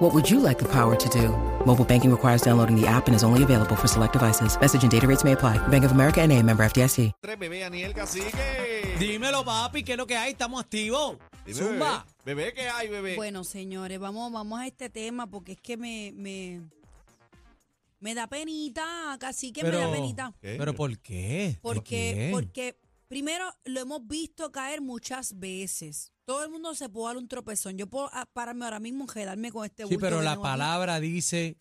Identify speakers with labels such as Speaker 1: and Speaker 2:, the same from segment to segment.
Speaker 1: What would you like the power to do? Mobile banking requires downloading the app and is only available for select devices. Message and data rates may apply. Bank of America and a member FDIC.
Speaker 2: Tres bebé, Aniel Cacique.
Speaker 3: Dímelo, papi, ¿qué es lo que hay? Estamos activos.
Speaker 2: Dime,
Speaker 3: Zumba.
Speaker 2: Bebé, Bebé, ¿qué hay, bebé?
Speaker 4: Bueno, señores, vamos, vamos a este tema porque es que me, me, me da penita, casi que me da penita.
Speaker 2: ¿Qué?
Speaker 3: ¿Pero por qué?
Speaker 4: Porque,
Speaker 3: ¿Por qué?
Speaker 4: porque primero lo hemos visto caer muchas veces. Todo el mundo se puede dar un tropezón. Yo puedo ah, pararme ahora mismo, quedarme con este
Speaker 3: Sí,
Speaker 4: bulto
Speaker 3: pero
Speaker 4: que
Speaker 3: la
Speaker 4: tengo aquí.
Speaker 3: palabra dice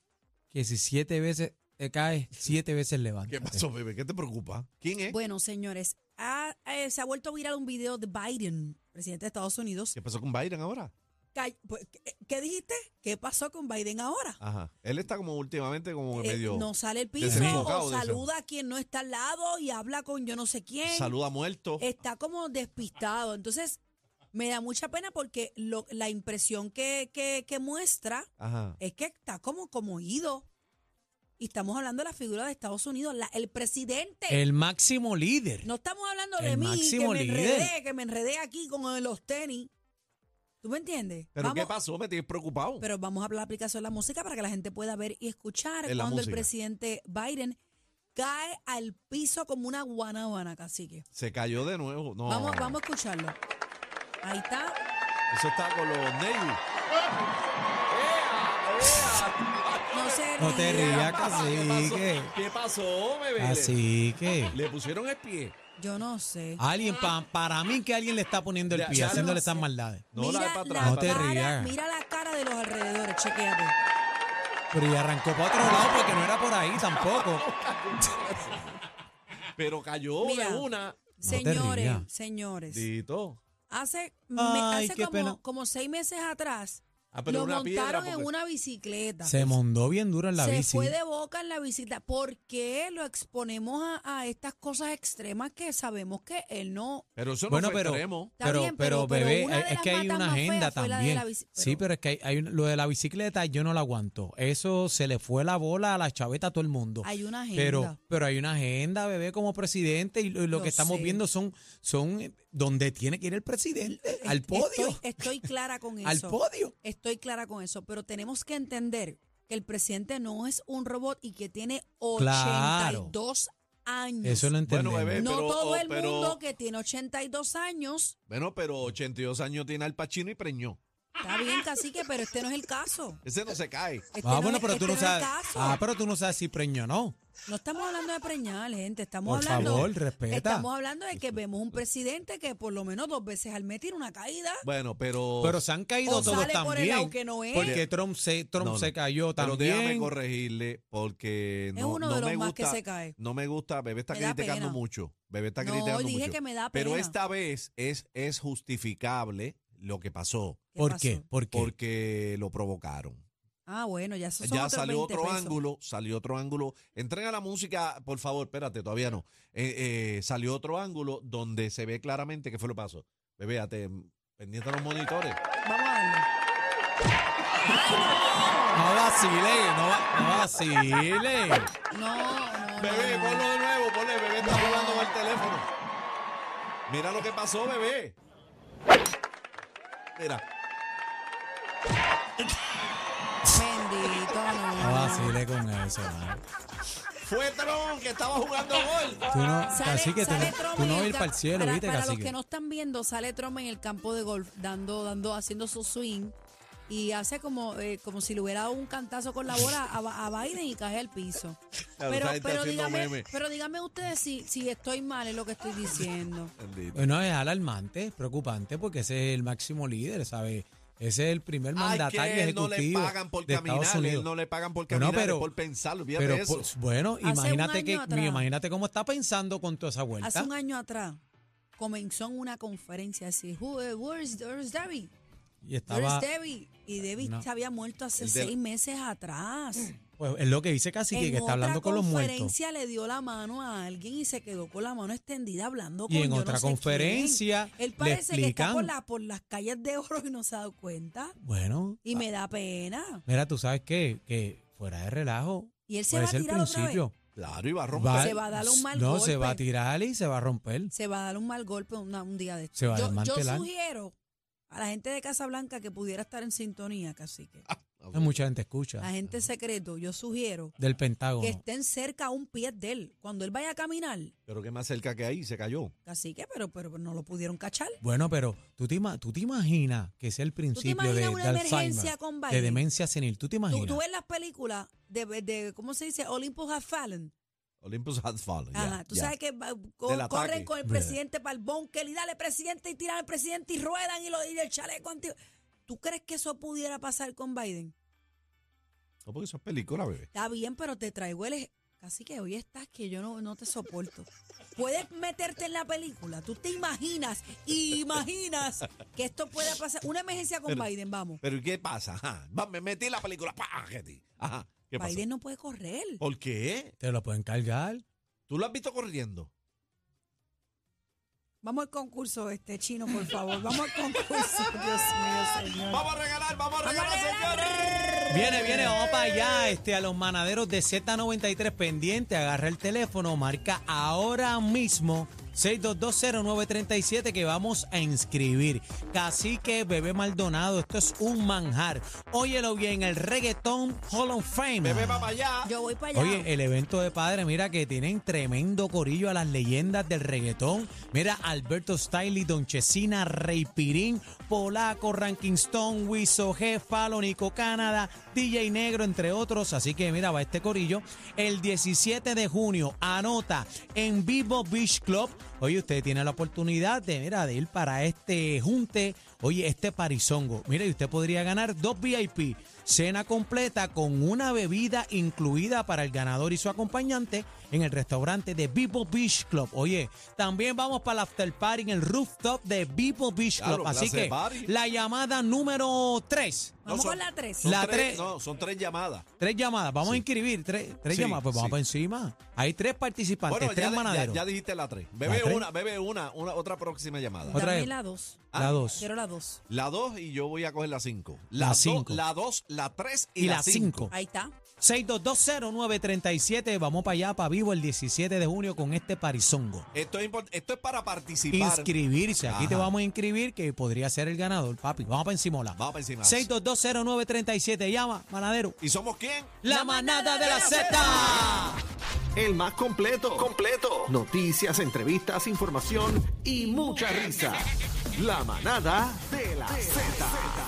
Speaker 3: que si siete veces te caes, siete veces levantas.
Speaker 2: ¿Qué pasó, bebé? ¿Qué te preocupa? ¿Quién es?
Speaker 4: Bueno, señores, ha- eh, se ha vuelto a viral un video de Biden, presidente de Estados Unidos.
Speaker 2: ¿Qué pasó con Biden ahora?
Speaker 4: Cay- pues, ¿Qué, qué dijiste? ¿Qué pasó con Biden ahora?
Speaker 2: Ajá. Él está como últimamente como
Speaker 4: Eh,
Speaker 2: medio...
Speaker 4: no sale el piso
Speaker 2: desenfocado,
Speaker 4: o
Speaker 2: dicen.
Speaker 4: saluda a quien no está al lado y habla con yo no sé quién.
Speaker 2: Saluda muerto.
Speaker 4: está como despistado. Entonces, me da mucha pena porque lo- la impresión que, que- que muestra
Speaker 2: Ajá.
Speaker 4: es que está como, como ido. Y estamos hablando de la figura de Estados Unidos, la- el presidente.
Speaker 3: El máximo líder.
Speaker 4: no estamos hablando de
Speaker 3: el
Speaker 4: mí, que
Speaker 3: máximo
Speaker 4: me,
Speaker 3: líder.
Speaker 4: enredé, que me enredé aquí con lo de los tenis. ¿Tú me entiendes?
Speaker 2: ¿Pero
Speaker 4: Vamos-
Speaker 2: qué pasó? Me tienes preocupado.
Speaker 4: pero vamos a hablar de la aplicación de la música para que la gente pueda ver y escuchar
Speaker 2: En la
Speaker 4: cuando el
Speaker 2: música.
Speaker 4: presidente Biden cae al piso como una guanábana, cacique.
Speaker 2: Se cayó de nuevo. No.
Speaker 4: Vamos,
Speaker 3: Oh.
Speaker 4: vamos a escucharlo. Ahí está.
Speaker 2: Eso está con los Navy.
Speaker 4: No se
Speaker 3: No te
Speaker 4: ría.
Speaker 3: rías,
Speaker 2: pasó?
Speaker 3: cacique.
Speaker 2: ¿Qué pasó, bebé?
Speaker 3: Ah, Así que.
Speaker 2: Le pusieron el pie.
Speaker 4: Yo no sé.
Speaker 3: Alguien, pa- para mí que alguien le está poniendo el
Speaker 2: Ya,
Speaker 3: pie,
Speaker 2: ya
Speaker 3: haciéndole
Speaker 4: lo
Speaker 3: esas
Speaker 4: sé.
Speaker 3: maldades.
Speaker 2: No la de para atrás.
Speaker 3: No te
Speaker 2: para-
Speaker 3: rías.
Speaker 4: cara, mira la cara de los alrededores, chequéate.
Speaker 3: Pero y arrancó para otro lado porque no era por ahí tampoco.
Speaker 2: Pero cayó
Speaker 4: Mira.
Speaker 2: de una.
Speaker 3: te
Speaker 4: señores,
Speaker 3: rías.
Speaker 4: señores.
Speaker 2: Dito.
Speaker 4: Hace, me-
Speaker 3: Ay,
Speaker 4: hace
Speaker 3: qué pena.
Speaker 4: como, como seis meses atrás,
Speaker 2: Ah, pero
Speaker 4: lo
Speaker 2: una piedra,
Speaker 4: montaron en
Speaker 2: porque-
Speaker 4: una bicicleta.
Speaker 3: Se mondó bien duro en la
Speaker 4: Se
Speaker 3: bici.
Speaker 4: fue de boca en la bicicleta. ¿Por qué lo exponemos a, a estas cosas extremas que sabemos que él no...
Speaker 2: Pero eso no
Speaker 3: Bueno,
Speaker 2: fue
Speaker 3: pero,
Speaker 2: extremo.
Speaker 4: Está
Speaker 3: pero,
Speaker 4: bien,
Speaker 3: pero,
Speaker 4: pero- pero
Speaker 3: bebé,
Speaker 4: una de
Speaker 3: es
Speaker 4: las
Speaker 3: que hay
Speaker 4: matas
Speaker 3: una
Speaker 4: más
Speaker 3: agenda
Speaker 4: feas fue la de
Speaker 3: también.
Speaker 4: la bici-
Speaker 3: sí,
Speaker 4: pero-
Speaker 3: pero es que hay, hay un- lo de la bicicleta yo no la aguanto. Eso se le fue la bola a la chaveta a todo el mundo.
Speaker 4: Hay una agenda.
Speaker 3: Pero, pero hay una agenda, bebé, como presidente, y lo, y lo
Speaker 4: Lo
Speaker 3: que estamos
Speaker 4: sé.
Speaker 3: viendo son, son eh, donde tiene que ir el presidente, al podio,
Speaker 4: Estoy, estoy clara con eso.
Speaker 3: al podio.
Speaker 4: Estoy clara con eso, pero tenemos que entender que el presidente no es un robot y que tiene 82 años.
Speaker 3: Eso lo entendemos.
Speaker 2: bebé,
Speaker 4: no
Speaker 2: pero-
Speaker 4: todo
Speaker 2: oh,
Speaker 4: el
Speaker 2: pero-
Speaker 4: mundo que tiene 82 años
Speaker 2: Bueno, pero 82 años tiene al Pacino y preñó.
Speaker 4: está bien, cacique, pero este no es el caso.
Speaker 2: Ese no se cae.
Speaker 4: Este
Speaker 3: ah,
Speaker 4: no
Speaker 3: bueno,
Speaker 4: es-
Speaker 3: pero tú
Speaker 4: este
Speaker 3: no
Speaker 4: no es el
Speaker 3: sabes.
Speaker 4: caso.
Speaker 3: Ah, pero tú no sabes si preñó o no.
Speaker 4: No estamos hablando de preñar, gente. Estamos
Speaker 3: Por
Speaker 4: hablando.
Speaker 3: favor, respeta.
Speaker 4: Estamos hablando de que vemos un presidente que por lo menos dos veces al mes tiene una caída.
Speaker 2: Bueno, pero.
Speaker 3: Pero se han caído
Speaker 4: O
Speaker 3: todos
Speaker 4: sale por el
Speaker 3: también.
Speaker 4: lado que no es.
Speaker 3: Porque Trump se, Trump
Speaker 2: No, no.
Speaker 3: se cayó
Speaker 2: Pero
Speaker 3: también.
Speaker 2: déjame corregirle porque no,
Speaker 4: Es uno
Speaker 2: no
Speaker 4: de los
Speaker 2: me
Speaker 4: más
Speaker 2: gusta.
Speaker 4: que se cae.
Speaker 2: No me gusta. Bebé está
Speaker 4: Me da
Speaker 2: criticando
Speaker 4: pena.
Speaker 2: mucho. Bebé está
Speaker 4: No,
Speaker 2: criticando
Speaker 4: dije
Speaker 2: mucho.
Speaker 4: que me da pena.
Speaker 2: pero esta vez es, es justificable lo que pasó
Speaker 4: ¿Qué
Speaker 3: ¿Por
Speaker 4: pasó?
Speaker 3: qué? ¿Por qué?
Speaker 2: porque lo provocaron.
Speaker 4: Ah, bueno, ya, esos son
Speaker 2: ya
Speaker 4: otros
Speaker 2: salió
Speaker 4: 20
Speaker 2: otro
Speaker 4: pesos.
Speaker 2: ángulo, salió otro ángulo. Entrega la música, por favor, espérate, todavía no. Eh, eh, salió otro ángulo donde se ve claramente que fue lo que pasó. Bebé, te, pendiente a los monitores.
Speaker 4: Vamos a darle.
Speaker 3: No vacile, no, va- no vacile.
Speaker 4: No, no.
Speaker 2: Bebé,
Speaker 4: no, no.
Speaker 2: ponlo de nuevo, ponle, bebé está hablando con el teléfono. Mira lo que pasó, bebé. Mira,
Speaker 4: Bendito, no.
Speaker 3: No vacile con eso. mano.
Speaker 2: fue Tron que estaba jugando gol.
Speaker 3: Tú no,
Speaker 4: Sale-
Speaker 3: así que tú,
Speaker 4: sale
Speaker 3: no-
Speaker 4: Trump
Speaker 3: tú
Speaker 4: en
Speaker 3: no vas a ir
Speaker 4: ca-
Speaker 3: para el cielo,
Speaker 4: para,
Speaker 3: ¿viste,
Speaker 4: para
Speaker 3: cacique?
Speaker 4: los que no están viendo, sale Trump en el campo de golf dando, dando, haciendo su swing y hace como, eh, como si le hubiera dado un cantazo con la bola a, Ba- a Biden y cae al piso.
Speaker 2: Claro,
Speaker 4: Pero,
Speaker 2: esa gente
Speaker 4: pero
Speaker 2: haciendo
Speaker 4: dígame,
Speaker 2: meme.
Speaker 4: pero dígame ustedes si, si estoy mal en lo que estoy diciendo.
Speaker 2: Bendito.
Speaker 3: Bueno, es alarmante, es preocupante, porque ese es el máximo líder, ¿sabes? Ese es el primer
Speaker 2: Ay,
Speaker 3: mandatario
Speaker 2: que él no
Speaker 3: ejecutivo
Speaker 2: le pagan por
Speaker 3: de
Speaker 2: caminar,
Speaker 3: Estados
Speaker 2: él
Speaker 3: Unidos.
Speaker 2: no le pagan por
Speaker 3: Bueno,
Speaker 2: caminar, es
Speaker 3: pero-
Speaker 2: por pensar, olvídate
Speaker 3: Pero,
Speaker 2: de eso.
Speaker 3: pues, bueno,
Speaker 4: un
Speaker 3: imagínate
Speaker 4: año
Speaker 3: que,
Speaker 4: atrás.
Speaker 3: imagínate cómo está pensando con toda esa
Speaker 4: Hace
Speaker 3: vuelta.
Speaker 4: un año atrás comenzó en una conferencia así, "Who- eh, where's, where's Debbie?
Speaker 3: Y
Speaker 4: Where's
Speaker 3: estaba,
Speaker 4: Debbie? Y Debbie
Speaker 3: No.
Speaker 4: se había muerto hace
Speaker 2: El de la-
Speaker 4: seis meses atrás.
Speaker 3: Pues es lo que dice Cacique,
Speaker 4: en
Speaker 3: que está hablando con los
Speaker 4: otra
Speaker 3: muertos.
Speaker 4: conferencia le dio la mano a alguien y se quedó con la mano extendida hablando con
Speaker 3: Y en
Speaker 4: yo no
Speaker 3: otra
Speaker 4: sé quién.
Speaker 3: conferencia
Speaker 4: Él
Speaker 3: le
Speaker 4: parece que está
Speaker 3: explican.
Speaker 4: por, la- por las calles de oro y no se ha dado cuenta.
Speaker 3: Bueno,
Speaker 4: Y me da pena.
Speaker 3: mira, tú sabes qué, que fuera de relajo,
Speaker 4: Y él se va
Speaker 3: puede
Speaker 4: a
Speaker 3: ser el
Speaker 4: tirar otra vez.
Speaker 3: principio.
Speaker 2: Claro, y va a romper.
Speaker 3: Va-
Speaker 4: Se va a dar un mal
Speaker 3: No, se va a
Speaker 4: golpe.
Speaker 3: tirar y se va a romper.
Speaker 4: Se va a dar un mal golpe una- un día de esto.
Speaker 3: Se va a
Speaker 4: yo, yo
Speaker 3: desmantelar.
Speaker 4: sugiero a la gente de Casablanca que pudiera estar en sintonía, cacique.
Speaker 3: No, Mucha gente escucha.
Speaker 4: La gente secreto, yo sugiero
Speaker 3: Del Pentágono.
Speaker 4: que estén cerca a un pie de él. Cuando él vaya a caminar,
Speaker 2: Pero que más cerca que ahí, se cayó.
Speaker 4: cacique, pero, pero no lo pudieron cachar.
Speaker 3: Bueno, pero ¿tú te, ima- tú te imaginas que sea el principio de,
Speaker 4: imaginas una
Speaker 3: de
Speaker 4: emergencia
Speaker 3: Alzheimer,
Speaker 4: con
Speaker 3: de
Speaker 4: Biden?
Speaker 3: demencia senil? ¿Tú te
Speaker 4: Tú,
Speaker 3: imaginas?
Speaker 4: tú ves las películas de, de- ¿cómo se dice? Olympus Has Fallen.
Speaker 2: Olympus had fallen. ya,
Speaker 4: Ajá, tú
Speaker 2: ya.
Speaker 4: sabes que va- co-
Speaker 2: Del ataque.
Speaker 4: corren con el presidente para el búnker y dale presidente y tiran al presidente y ruedan y, lo, y el chaleco anti... ¿Tú crees que eso pudiera pasar con Biden?
Speaker 2: No, porque eso es película, bebé.
Speaker 4: Está bien, pero te traigo el... ej- Casi que hoy estás que yo no, no te soporto. Puedes meterte en la película. Tú te imaginas, imaginas que esto pueda pasar. Una emergencia con
Speaker 2: Pero-
Speaker 4: Biden, vamos.
Speaker 2: Pero ¿y qué pasa? Ajá. Va, me metí en la película. ¡Pah! que ti. Ajá. ¿Qué pasa?
Speaker 4: Biden no puede correr.
Speaker 2: ¿Por qué?
Speaker 3: Te lo pueden cargar.
Speaker 2: ¿Tú lo has visto corriendo?
Speaker 4: Vamos al concurso, este chino, por favor. Vamos al concurso, Dios mío, señor.
Speaker 2: Vamos a regalar, vamos a regalar, señores.
Speaker 3: Viene, viene, vamos para allá, este, a los manaderos de Z93 pendiente, agarra el teléfono, marca ahora mismo 6220937 que vamos a inscribir. Cacique Bebé Maldonado, esto es un manjar. Óyelo bien, el reggaetón Hall of Fame.
Speaker 2: Bebé va para allá.
Speaker 4: Yo voy para allá.
Speaker 3: Oye, eh, el evento de padre, mira que tienen tremendo corillo a las leyendas del reggaetón. Mira, Alberto Stiley, Don Chesina, Rey Pirín, Polaco, Ranking Stone, Wiso G, Fallon, Nico Canadá, DJ Negro, entre otros. Así que mira, va este corillo. El 17 de junio, anota en Vivo Beach Club. Oye, usted tiene la oportunidad de, mira, de ir para este junte, oye, este parizongo. Mira, y usted podría ganar dos VIP. Cena completa con una bebida incluida para el ganador y su acompañante en el restaurante de Vivo Beach Club. Oye, también vamos para el after party en el rooftop de Vivo Beach
Speaker 2: Claro,
Speaker 3: Club. Así
Speaker 2: clase
Speaker 3: que
Speaker 2: de party.
Speaker 3: la llamada número 3.
Speaker 4: Vamos
Speaker 2: son-
Speaker 4: con la 3.
Speaker 2: Son
Speaker 3: La
Speaker 2: tres,
Speaker 3: tres.
Speaker 2: No, son tres llamadas.
Speaker 3: Tres llamadas. Vamos a inscribir tres, tres
Speaker 2: Sí,
Speaker 3: llamadas. Pues vamos
Speaker 2: sí.
Speaker 3: para encima. Hay tres participantes,
Speaker 2: Bueno, ya,
Speaker 3: tres
Speaker 2: de- ya,
Speaker 3: manaderos.
Speaker 2: ya dijiste la tres. Bebé
Speaker 3: ¿La tres?
Speaker 2: una, bebé una, una, otra próxima llamada.
Speaker 3: Otra
Speaker 4: Dame
Speaker 3: vez.
Speaker 4: la 2.
Speaker 3: la dos.
Speaker 4: Quiero la 2.
Speaker 2: La 2 y yo voy a coger la 5.
Speaker 3: La
Speaker 2: La 5.
Speaker 3: cinco.
Speaker 2: La 2, la 3 y,
Speaker 3: Y
Speaker 2: la
Speaker 3: la
Speaker 2: 5.
Speaker 3: cinco.
Speaker 4: Ahí está.
Speaker 3: 6220937. Vamos para allá, para vivo, el 17 de junio con este parizongo.
Speaker 2: Esto es, import- esto es para participar.
Speaker 3: Inscribirse. Aquí te
Speaker 2: Ajá.
Speaker 3: vamos a inscribir, que podría ser el ganador, papi. Vamos para encimola.
Speaker 2: Vamos para encima.
Speaker 3: 6220937. Llama, manadero.
Speaker 2: ¿Y somos quién?
Speaker 3: La manada de la Z.
Speaker 5: El más completo. Completo. Noticias, entrevistas, información y mucha risa. La manada de la Z.